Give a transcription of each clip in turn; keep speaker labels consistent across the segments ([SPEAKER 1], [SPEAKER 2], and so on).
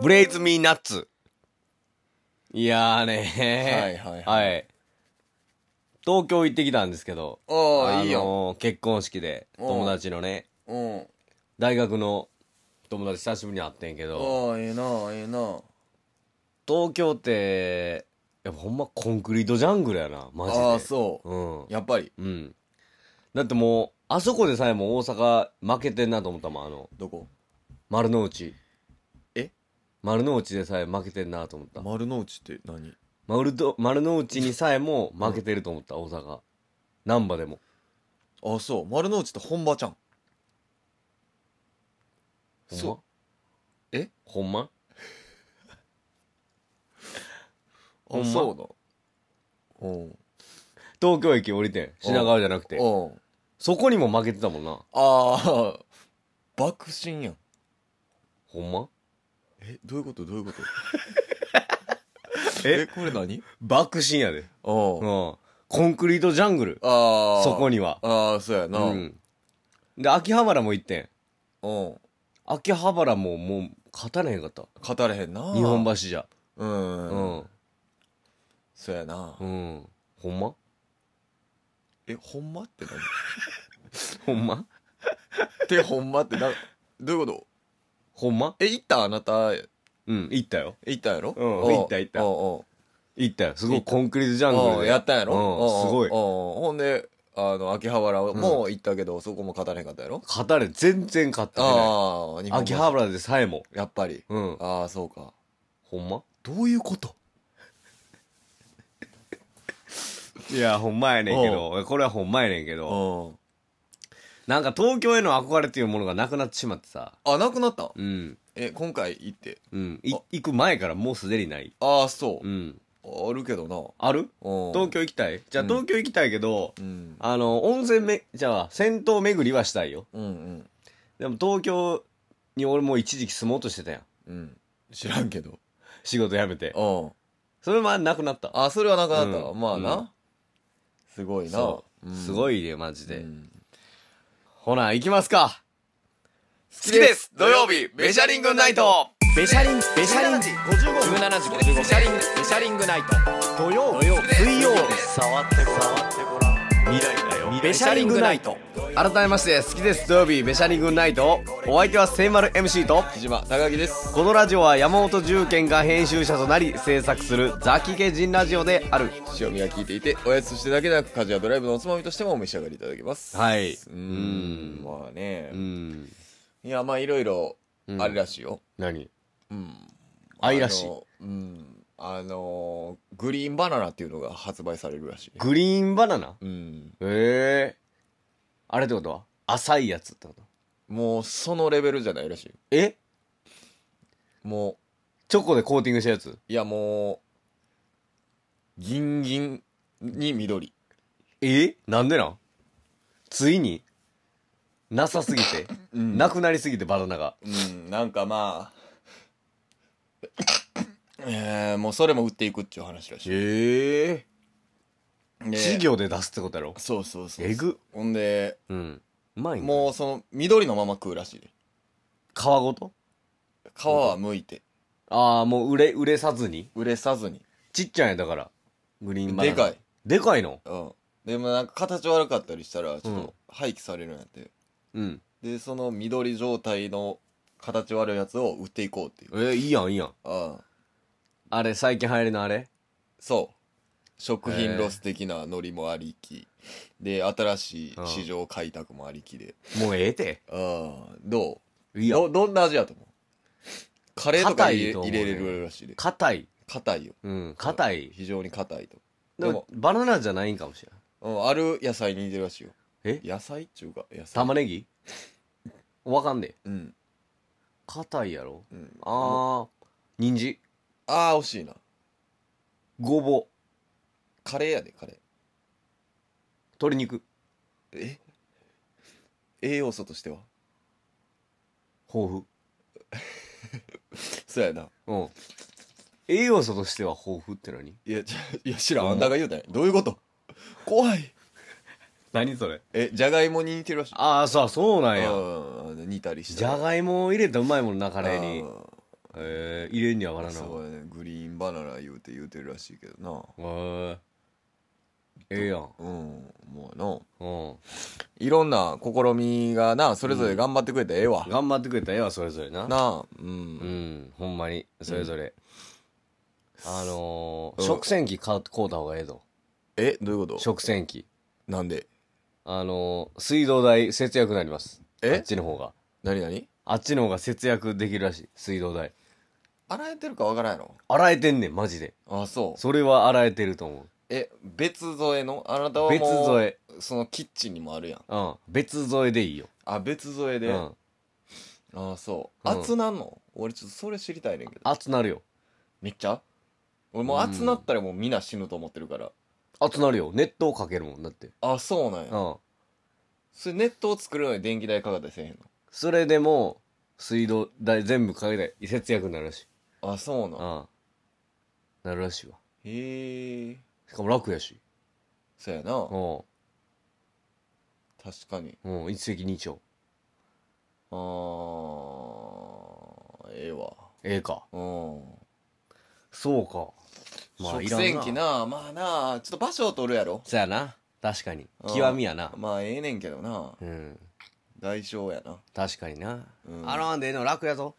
[SPEAKER 1] ブレイズミーナッツ。
[SPEAKER 2] いやーね
[SPEAKER 1] はいはい
[SPEAKER 2] はい。東京行ってきたんですけど。
[SPEAKER 1] ああ、いいよ。
[SPEAKER 2] のー結婚式で、
[SPEAKER 1] うん
[SPEAKER 2] 友達のね、
[SPEAKER 1] うん。
[SPEAKER 2] 大学の友達久しぶりに会ってんけど、
[SPEAKER 1] ああ、ええな、ええな。
[SPEAKER 2] 東京って、やっぱほんまコンクリートジャングルやな、マジで。。
[SPEAKER 1] ああ、そう
[SPEAKER 2] うん
[SPEAKER 1] う。。やっぱり。
[SPEAKER 2] うん。だってもう、あそこでさえも大阪負けてんなと思ったもん、あの、
[SPEAKER 1] どこ
[SPEAKER 2] 丸の内。
[SPEAKER 1] え
[SPEAKER 2] 丸の内でさえ負けてんなと思った。
[SPEAKER 1] 丸の内って何
[SPEAKER 2] 丸と丸の内にさえも負けてると思った、大阪。難波でも。
[SPEAKER 1] ああ、そう。丸の内って本場じゃん。そえ
[SPEAKER 2] ほんま
[SPEAKER 1] う。
[SPEAKER 2] ほんま
[SPEAKER 1] そうなの。うん。
[SPEAKER 2] 東京駅降りてん。品川じゃなくて。
[SPEAKER 1] うん。
[SPEAKER 2] そこにも負けてたもんな。
[SPEAKER 1] ああ、爆心やん。
[SPEAKER 2] ほんま
[SPEAKER 1] え、どういうことどういうこと
[SPEAKER 2] え
[SPEAKER 1] え、これ何
[SPEAKER 2] 爆心やで。う
[SPEAKER 1] う。
[SPEAKER 2] ん
[SPEAKER 1] あ
[SPEAKER 2] ん。コンクリートジャングル。
[SPEAKER 1] あ。
[SPEAKER 2] そこ
[SPEAKER 1] に。
[SPEAKER 2] には。
[SPEAKER 1] ああ、そうや
[SPEAKER 2] う
[SPEAKER 1] な。うん。
[SPEAKER 2] ん。で、秋葉原も行ってん。秋葉原ももう、勝たれへんかった。
[SPEAKER 1] 語れへんな。
[SPEAKER 2] 日本橋じゃ。う
[SPEAKER 1] う。
[SPEAKER 2] んん。
[SPEAKER 1] そうやな
[SPEAKER 2] う。ん。ほんま
[SPEAKER 1] え、ほんまって何
[SPEAKER 2] ほんま
[SPEAKER 1] ってほんまってな、どういうこと
[SPEAKER 2] ほんま
[SPEAKER 1] え、行ったあなた、行
[SPEAKER 2] うん。行ったよ。
[SPEAKER 1] ったやろ
[SPEAKER 2] うん行った行った
[SPEAKER 1] うん
[SPEAKER 2] 行ったよ。すごいコンクリートジャン
[SPEAKER 1] うん
[SPEAKER 2] グ
[SPEAKER 1] う
[SPEAKER 2] ル
[SPEAKER 1] ん。
[SPEAKER 2] で
[SPEAKER 1] や。ったんやろ
[SPEAKER 2] うん
[SPEAKER 1] うん
[SPEAKER 2] すごい
[SPEAKER 1] うんほんで、あの、秋葉原も行ったけど、そこも語れへんかったやろ
[SPEAKER 2] 勝たれ、全然勝ってない。
[SPEAKER 1] ああ、日本
[SPEAKER 2] 秋葉原でさえも。
[SPEAKER 1] やっぱり。
[SPEAKER 2] うん。
[SPEAKER 1] ああ、そうか。
[SPEAKER 2] ほんま
[SPEAKER 1] どういうこと
[SPEAKER 2] いや、ほんまやねんけど、これはほんまやねんけど、
[SPEAKER 1] う
[SPEAKER 2] なんか東京への憧れっていうものがなくなってしまってさ、
[SPEAKER 1] ん。あ、なくなったん
[SPEAKER 2] うん、
[SPEAKER 1] え、今回行って。
[SPEAKER 2] うん、い
[SPEAKER 1] あ
[SPEAKER 2] 行く前からもうすでにない。
[SPEAKER 1] ああ、そう
[SPEAKER 2] う。ん。
[SPEAKER 1] あるけどな。
[SPEAKER 2] ある
[SPEAKER 1] うん。
[SPEAKER 2] 東京行きたいじゃあ
[SPEAKER 1] うん
[SPEAKER 2] 東京行きたいけど、
[SPEAKER 1] うん。
[SPEAKER 2] あの、温泉め、じゃあ、銭湯巡りはしたいよ。
[SPEAKER 1] うんうん。
[SPEAKER 2] でも東京に俺もう一時期住もうとしてたやん。
[SPEAKER 1] うん。知らんけど。
[SPEAKER 2] 仕事辞めて。
[SPEAKER 1] うん。
[SPEAKER 2] それもなくなった。
[SPEAKER 1] あ、それはなくなった。
[SPEAKER 2] うん
[SPEAKER 1] まあな、
[SPEAKER 2] うん
[SPEAKER 1] すごいな。
[SPEAKER 2] そ
[SPEAKER 1] うん
[SPEAKER 2] すごいね、マジで。
[SPEAKER 1] うん
[SPEAKER 2] ほな、行きますか。
[SPEAKER 1] 好きです土曜日ベシャリングナイト
[SPEAKER 2] ベシャリン、ベシャリンジ
[SPEAKER 1] 55分
[SPEAKER 2] 時55
[SPEAKER 1] ベシャリング、ベシャリングナイト。
[SPEAKER 2] 土曜、土曜、水曜
[SPEAKER 1] 触ってごらん、触ってごらん。未来だよ。
[SPEAKER 2] ベシャリングナイト。改めまして好きです土曜日ベシャリングナイトお相手は聖丸 MC と
[SPEAKER 1] 木島、高木です。
[SPEAKER 2] このラジオは山本重賢が編集者となり制作するザキゲジンラジオである
[SPEAKER 1] 塩味が効いていて、おやつとしてだけでなく、家事やドライブのおつまみとしてもお召し上がりいただけます。
[SPEAKER 2] はい
[SPEAKER 1] うん
[SPEAKER 2] う。ん
[SPEAKER 1] まあね。
[SPEAKER 2] ん
[SPEAKER 1] いや、まあいろいろ、
[SPEAKER 2] うん
[SPEAKER 1] あれらしいよ。
[SPEAKER 2] 何
[SPEAKER 1] うん。
[SPEAKER 2] 愛らしい
[SPEAKER 1] あのうん。あのー、グリーンバナナっていうのが発売されるらしい。
[SPEAKER 2] グリーンバナナ
[SPEAKER 1] うん。
[SPEAKER 2] ええあれってことは浅いやつってこと
[SPEAKER 1] もう、そのレベルじゃないらしい。
[SPEAKER 2] え
[SPEAKER 1] も
[SPEAKER 2] チョコでコーティングしたやつ
[SPEAKER 1] う、いやもう、ギンギンに緑。
[SPEAKER 2] えなんでなんついになさすぎ て、
[SPEAKER 1] うん
[SPEAKER 2] なくなりすぎてバナナが
[SPEAKER 1] うん、なんかまあ、えー、もうそれも売っていくっちゅう話らしい。
[SPEAKER 2] え
[SPEAKER 1] で
[SPEAKER 2] 事業で出すってことやろ
[SPEAKER 1] そうそうそう。
[SPEAKER 2] えぐ
[SPEAKER 1] ほんで、
[SPEAKER 2] うんうまいもう
[SPEAKER 1] もうその、緑のまま食うらしいで。
[SPEAKER 2] 皮ごと
[SPEAKER 1] 皮は剥いて、
[SPEAKER 2] ああ、もう売れ、売れさずに
[SPEAKER 1] 売れさずに。
[SPEAKER 2] ちっちゃいんやだから。グリーンバナ
[SPEAKER 1] で
[SPEAKER 2] ナ。
[SPEAKER 1] かい。。
[SPEAKER 2] でかいの
[SPEAKER 1] うん。でもなんか形悪かったりしたら、ちょっ
[SPEAKER 2] うん
[SPEAKER 1] と廃棄されるんやって。
[SPEAKER 2] うん。
[SPEAKER 1] で、その緑状態の形悪いやつを売っていこうっていう
[SPEAKER 2] え。ーいいやん、いいやん。
[SPEAKER 1] ああ
[SPEAKER 2] あれ、最近流行りのあれ
[SPEAKER 1] そう。食
[SPEAKER 2] へ
[SPEAKER 1] 品
[SPEAKER 2] え
[SPEAKER 1] ロス的なノリもありき。で、新しい市場開拓もありきで。
[SPEAKER 2] もうええて。
[SPEAKER 1] ああ、ど
[SPEAKER 2] いういやん
[SPEAKER 1] どどんな味やと思うカレーと
[SPEAKER 2] 硬
[SPEAKER 1] か入れ
[SPEAKER 2] いと思う
[SPEAKER 1] 入
[SPEAKER 2] ね
[SPEAKER 1] れれるらしいで。
[SPEAKER 2] 硬い。
[SPEAKER 1] 硬いよ。
[SPEAKER 2] うん、硬い。
[SPEAKER 1] 非常に硬いと。
[SPEAKER 2] で
[SPEAKER 1] でも
[SPEAKER 2] も、バナナじゃないんかもしれない。
[SPEAKER 1] うん、ある野菜に似てるらしいよ。
[SPEAKER 2] え
[SPEAKER 1] 野菜っていうか、野菜。
[SPEAKER 2] 玉ねぎわかんねえ。
[SPEAKER 1] うん。
[SPEAKER 2] 硬いやろ
[SPEAKER 1] うん、あ
[SPEAKER 2] ああ、人参、
[SPEAKER 1] あー、惜しいな。
[SPEAKER 2] ごぼう、
[SPEAKER 1] カレーやで、カレー。
[SPEAKER 2] 鶏肉、
[SPEAKER 1] え栄養素としては
[SPEAKER 2] 豊
[SPEAKER 1] そうやな。
[SPEAKER 2] 富。うん。栄養素としては豊富って何
[SPEAKER 1] いや、ちゃいや知らん。
[SPEAKER 2] ほ
[SPEAKER 1] あ
[SPEAKER 2] ん
[SPEAKER 1] ん
[SPEAKER 2] ま
[SPEAKER 1] たが言うたんや。どういうこと怖い。
[SPEAKER 2] 何それ
[SPEAKER 1] え、じゃがいもに似てるらしい。
[SPEAKER 2] ああ、さ、そうなんや。
[SPEAKER 1] うん似たりして。
[SPEAKER 2] じゃ
[SPEAKER 1] い
[SPEAKER 2] がいもを入れたうまいもんな、カレーに。えー、入れんに上がらな
[SPEAKER 1] そうやねグリーンバナナ言うて言うてるらしいけどな
[SPEAKER 2] えー、ええやん
[SPEAKER 1] うんもうやな
[SPEAKER 2] うん
[SPEAKER 1] いろんな試みがなそれぞれ頑張ってくれたらええわ、
[SPEAKER 2] 頑張ってくれたらええわそれぞれな
[SPEAKER 1] なあうん、
[SPEAKER 2] うんほんまにそれぞれ、あのー
[SPEAKER 1] うん
[SPEAKER 2] 食洗機買う買うた方がええぞ
[SPEAKER 1] えどういうこと
[SPEAKER 2] 食洗機
[SPEAKER 1] なんで
[SPEAKER 2] あのー水道代節約になりますあっ
[SPEAKER 1] え
[SPEAKER 2] ちの方が
[SPEAKER 1] 何何
[SPEAKER 2] あっちの方が節約できるらしい水道代
[SPEAKER 1] 洗えてるかわからんやろ
[SPEAKER 2] 洗えてんねんマジで
[SPEAKER 1] あそう
[SPEAKER 2] それは洗えてると思
[SPEAKER 1] え別添えのあなた
[SPEAKER 2] う
[SPEAKER 1] はもう
[SPEAKER 2] 別添え
[SPEAKER 1] そのキッチンにもあるやん
[SPEAKER 2] うん別添えでいいよ、
[SPEAKER 1] あ別添え
[SPEAKER 2] う
[SPEAKER 1] で、
[SPEAKER 2] ん、
[SPEAKER 1] あそう
[SPEAKER 2] うん
[SPEAKER 1] 熱なんの俺ちょっとそれ知りたいねんけど
[SPEAKER 2] 熱なるよ
[SPEAKER 1] めっちゃ俺もう熱なったらもうみんな死ぬと思ってるから、
[SPEAKER 2] 熱なるよ熱湯かけるもんだって
[SPEAKER 1] あそうなんや、
[SPEAKER 2] うん
[SPEAKER 1] それ熱湯作るのに電気代かかったりせえへん
[SPEAKER 2] それでも水道代全部かけない節約になるらしい
[SPEAKER 1] のあそうな
[SPEAKER 2] う
[SPEAKER 1] ん
[SPEAKER 2] んなるらしいわ
[SPEAKER 1] へえ
[SPEAKER 2] しかも楽やし
[SPEAKER 1] そうやな
[SPEAKER 2] うん
[SPEAKER 1] 確かに
[SPEAKER 2] もう一石二鳥
[SPEAKER 1] あーええわ
[SPEAKER 2] ええか
[SPEAKER 1] うん
[SPEAKER 2] そうかまあい
[SPEAKER 1] 食
[SPEAKER 2] らんな
[SPEAKER 1] 洗機なまあなちょっと場所を取るやろ
[SPEAKER 2] そやな確かに
[SPEAKER 1] うん
[SPEAKER 2] 極みやな
[SPEAKER 1] まあええねんけどな
[SPEAKER 2] うん
[SPEAKER 1] 代償やな
[SPEAKER 2] 確かにな
[SPEAKER 1] うん
[SPEAKER 2] 洗わんでええの楽やぞ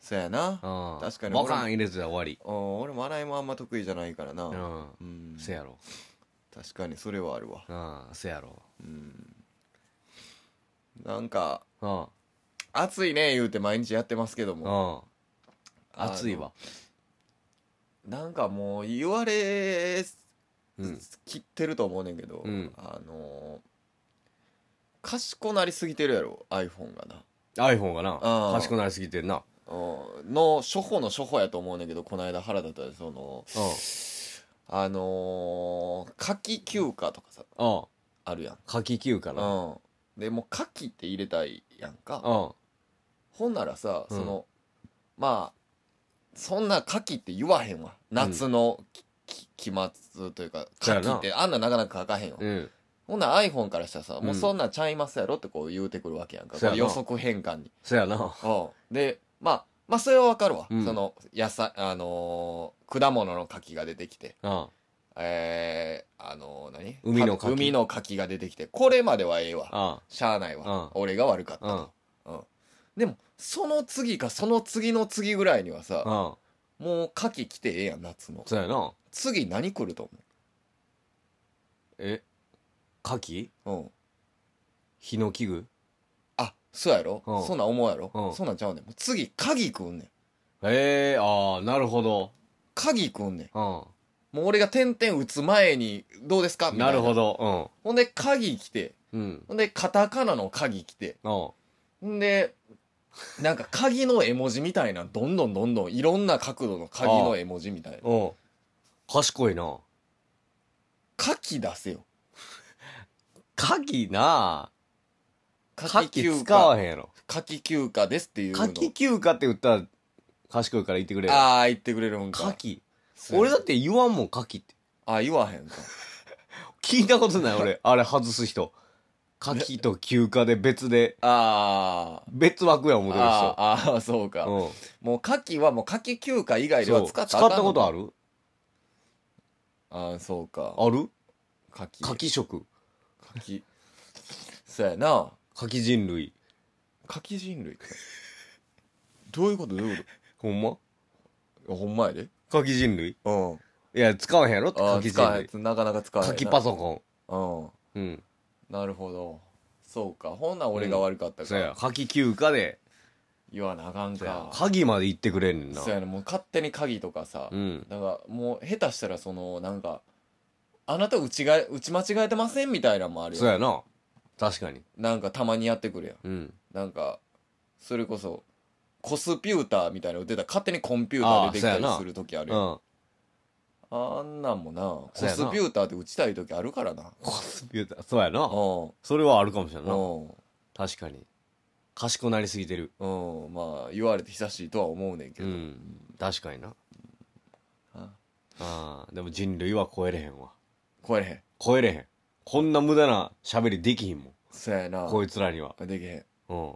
[SPEAKER 1] そうやな
[SPEAKER 2] うん
[SPEAKER 1] 確かに
[SPEAKER 2] バカン入れてたら終わり
[SPEAKER 1] うん俺も洗いもあんま得意じゃないからな
[SPEAKER 2] うん
[SPEAKER 1] うん
[SPEAKER 2] せやろ
[SPEAKER 1] 確かにそれはあるわ
[SPEAKER 2] うんせやろ
[SPEAKER 1] うんなんか
[SPEAKER 2] うん
[SPEAKER 1] 暑いね言うて毎日やってますけど
[SPEAKER 2] う
[SPEAKER 1] も
[SPEAKER 2] ん暑いわ
[SPEAKER 1] なんかもう言われ
[SPEAKER 2] うん
[SPEAKER 1] 切ってると思うねんけど、
[SPEAKER 2] うん
[SPEAKER 1] あのー賢なりすぎてるやろ iPhone がな
[SPEAKER 2] iPhone がな
[SPEAKER 1] ああ
[SPEAKER 2] 賢くなりすぎてんな
[SPEAKER 1] うんの初歩の初歩やと思うねんけどこの間腹立ったでその
[SPEAKER 2] うん
[SPEAKER 1] あのー夏季休暇とかさ
[SPEAKER 2] うん
[SPEAKER 1] あるやん
[SPEAKER 2] 夏季休暇な
[SPEAKER 1] うんでもう夏季って入れたいやんか
[SPEAKER 2] うん
[SPEAKER 1] ほんならさ、
[SPEAKER 2] うん
[SPEAKER 1] そのまあそんな夏季って言わへんわ夏のき、き期末というか
[SPEAKER 2] そうや
[SPEAKER 1] 夏季
[SPEAKER 2] な
[SPEAKER 1] ってあんななかなか書かへんよ、
[SPEAKER 2] うん
[SPEAKER 1] ほんなら iPhone からしたらさ、もううんそんなんちゃいますやろってこう言うてくるわけやんか
[SPEAKER 2] そうやな
[SPEAKER 1] これ予測変換に
[SPEAKER 2] せやな
[SPEAKER 1] うんでまあまあそれはわかるわ、
[SPEAKER 2] うん
[SPEAKER 1] その野菜あのー果物の柿が出てきて
[SPEAKER 2] うん
[SPEAKER 1] えー、あのー何
[SPEAKER 2] 海の柿
[SPEAKER 1] 海の柿が出てきてこれまではええわ
[SPEAKER 2] あ
[SPEAKER 1] しゃあないわ、俺が悪かったと、うんでもその次かその次の次ぐらいにはさ、
[SPEAKER 2] あうん
[SPEAKER 1] もう牡蠣来てええやん夏の
[SPEAKER 2] そうやな
[SPEAKER 1] 次何来ると
[SPEAKER 2] え牡蠣
[SPEAKER 1] 思ううん
[SPEAKER 2] ヒノキ具
[SPEAKER 1] あそうやろ、
[SPEAKER 2] うん
[SPEAKER 1] そんなん思うやろ、
[SPEAKER 2] うん
[SPEAKER 1] そんなんちゃうねんもう次鍵食うんねん
[SPEAKER 2] ええああなるほど
[SPEAKER 1] 鍵食うんねん
[SPEAKER 2] う
[SPEAKER 1] もう俺が点々打つ前にどうですかみ
[SPEAKER 2] ん
[SPEAKER 1] たい
[SPEAKER 2] なるほ
[SPEAKER 1] ど
[SPEAKER 2] ど
[SPEAKER 1] ほんで鍵来て
[SPEAKER 2] うんうん
[SPEAKER 1] ほんでカタカナの鍵来て
[SPEAKER 2] うん
[SPEAKER 1] んでなんか鍵の絵文字みたいなどんどんどんどんいろんな角度の鍵の絵文字みたいな
[SPEAKER 2] うん賢いな
[SPEAKER 1] 牡蠣出せよ
[SPEAKER 2] 牡蠣な
[SPEAKER 1] 牡
[SPEAKER 2] 牡
[SPEAKER 1] 蠣休
[SPEAKER 2] 蠣使
[SPEAKER 1] 暇
[SPEAKER 2] わへんやろ
[SPEAKER 1] 牡蠣休暇ですっていうの
[SPEAKER 2] 牡蠣休暇って言ったら賢いから言ってくれよ
[SPEAKER 1] ああ言ってくれるん
[SPEAKER 2] 牡
[SPEAKER 1] か
[SPEAKER 2] 蠣
[SPEAKER 1] そう
[SPEAKER 2] 俺だって言わんもん牡蠣って
[SPEAKER 1] あ言わ へんか
[SPEAKER 2] 聞いたことない 俺あれ外す人牡蠣と休暇で別で
[SPEAKER 1] あー
[SPEAKER 2] 別枠や思うてる人
[SPEAKER 1] あーあーそうか、
[SPEAKER 2] うん
[SPEAKER 1] もう牡蠣はもう牡蠣休暇以外では
[SPEAKER 2] そう
[SPEAKER 1] 使った
[SPEAKER 2] 使
[SPEAKER 1] ら
[SPEAKER 2] っ
[SPEAKER 1] あかんの
[SPEAKER 2] たことある
[SPEAKER 1] ああそうか
[SPEAKER 2] ある
[SPEAKER 1] 牡
[SPEAKER 2] 牡
[SPEAKER 1] 蠣
[SPEAKER 2] 蠣食
[SPEAKER 1] 牡蠣そうやな
[SPEAKER 2] 牡蠣人類
[SPEAKER 1] 牡蠣人類ってどういうことどういうこ
[SPEAKER 2] ほんま
[SPEAKER 1] といやほんまやで
[SPEAKER 2] 牡蠣人類
[SPEAKER 1] うん
[SPEAKER 2] いや使わへんやろって
[SPEAKER 1] ああ
[SPEAKER 2] 牡蠣
[SPEAKER 1] 使
[SPEAKER 2] 人
[SPEAKER 1] わへ
[SPEAKER 2] 類
[SPEAKER 1] んなかなか使わへん
[SPEAKER 2] 牡
[SPEAKER 1] な
[SPEAKER 2] 蠣パソコ
[SPEAKER 1] うん
[SPEAKER 2] ンうん
[SPEAKER 1] なるほどそうかほんなん俺が悪かった
[SPEAKER 2] そ
[SPEAKER 1] か
[SPEAKER 2] や
[SPEAKER 1] ら、
[SPEAKER 2] 牡蠣休暇で
[SPEAKER 1] 言わなあかん
[SPEAKER 2] そうや
[SPEAKER 1] か
[SPEAKER 2] 鍵まで行ってくれんねんな
[SPEAKER 1] そうやねもう勝手に鍵とかさ、
[SPEAKER 2] うん
[SPEAKER 1] なんかもう下手したらそのなんかあなた打ちが打ち間違えてませんみたいなのもあるよ
[SPEAKER 2] そうやな確かに
[SPEAKER 1] なんかたまにやってくるやん
[SPEAKER 2] うん
[SPEAKER 1] なんかそれこそコスピューターみたいなの打てたら勝手にコンピューター出てきた
[SPEAKER 2] あーそうや
[SPEAKER 1] り
[SPEAKER 2] な
[SPEAKER 1] する時ある
[SPEAKER 2] う
[SPEAKER 1] やん
[SPEAKER 2] ん
[SPEAKER 1] あんなんもなコ
[SPEAKER 2] そうや
[SPEAKER 1] ス
[SPEAKER 2] な
[SPEAKER 1] ピューターで打ちたい時あるからな
[SPEAKER 2] コスピューターそうやな
[SPEAKER 1] うん
[SPEAKER 2] それはあるかもしれん
[SPEAKER 1] う
[SPEAKER 2] ないなん確かに賢なりすぎてる
[SPEAKER 1] うんまあ言われて久しいとは思うねんけ
[SPEAKER 2] う
[SPEAKER 1] ど、
[SPEAKER 2] ん確かにな
[SPEAKER 1] あ
[SPEAKER 2] あーでも人類は超えれへんわ
[SPEAKER 1] 超えれへん
[SPEAKER 2] 超えれへんこんな無駄な喋りできひんもん
[SPEAKER 1] そうやな
[SPEAKER 2] こいつらには
[SPEAKER 1] できへん
[SPEAKER 2] うん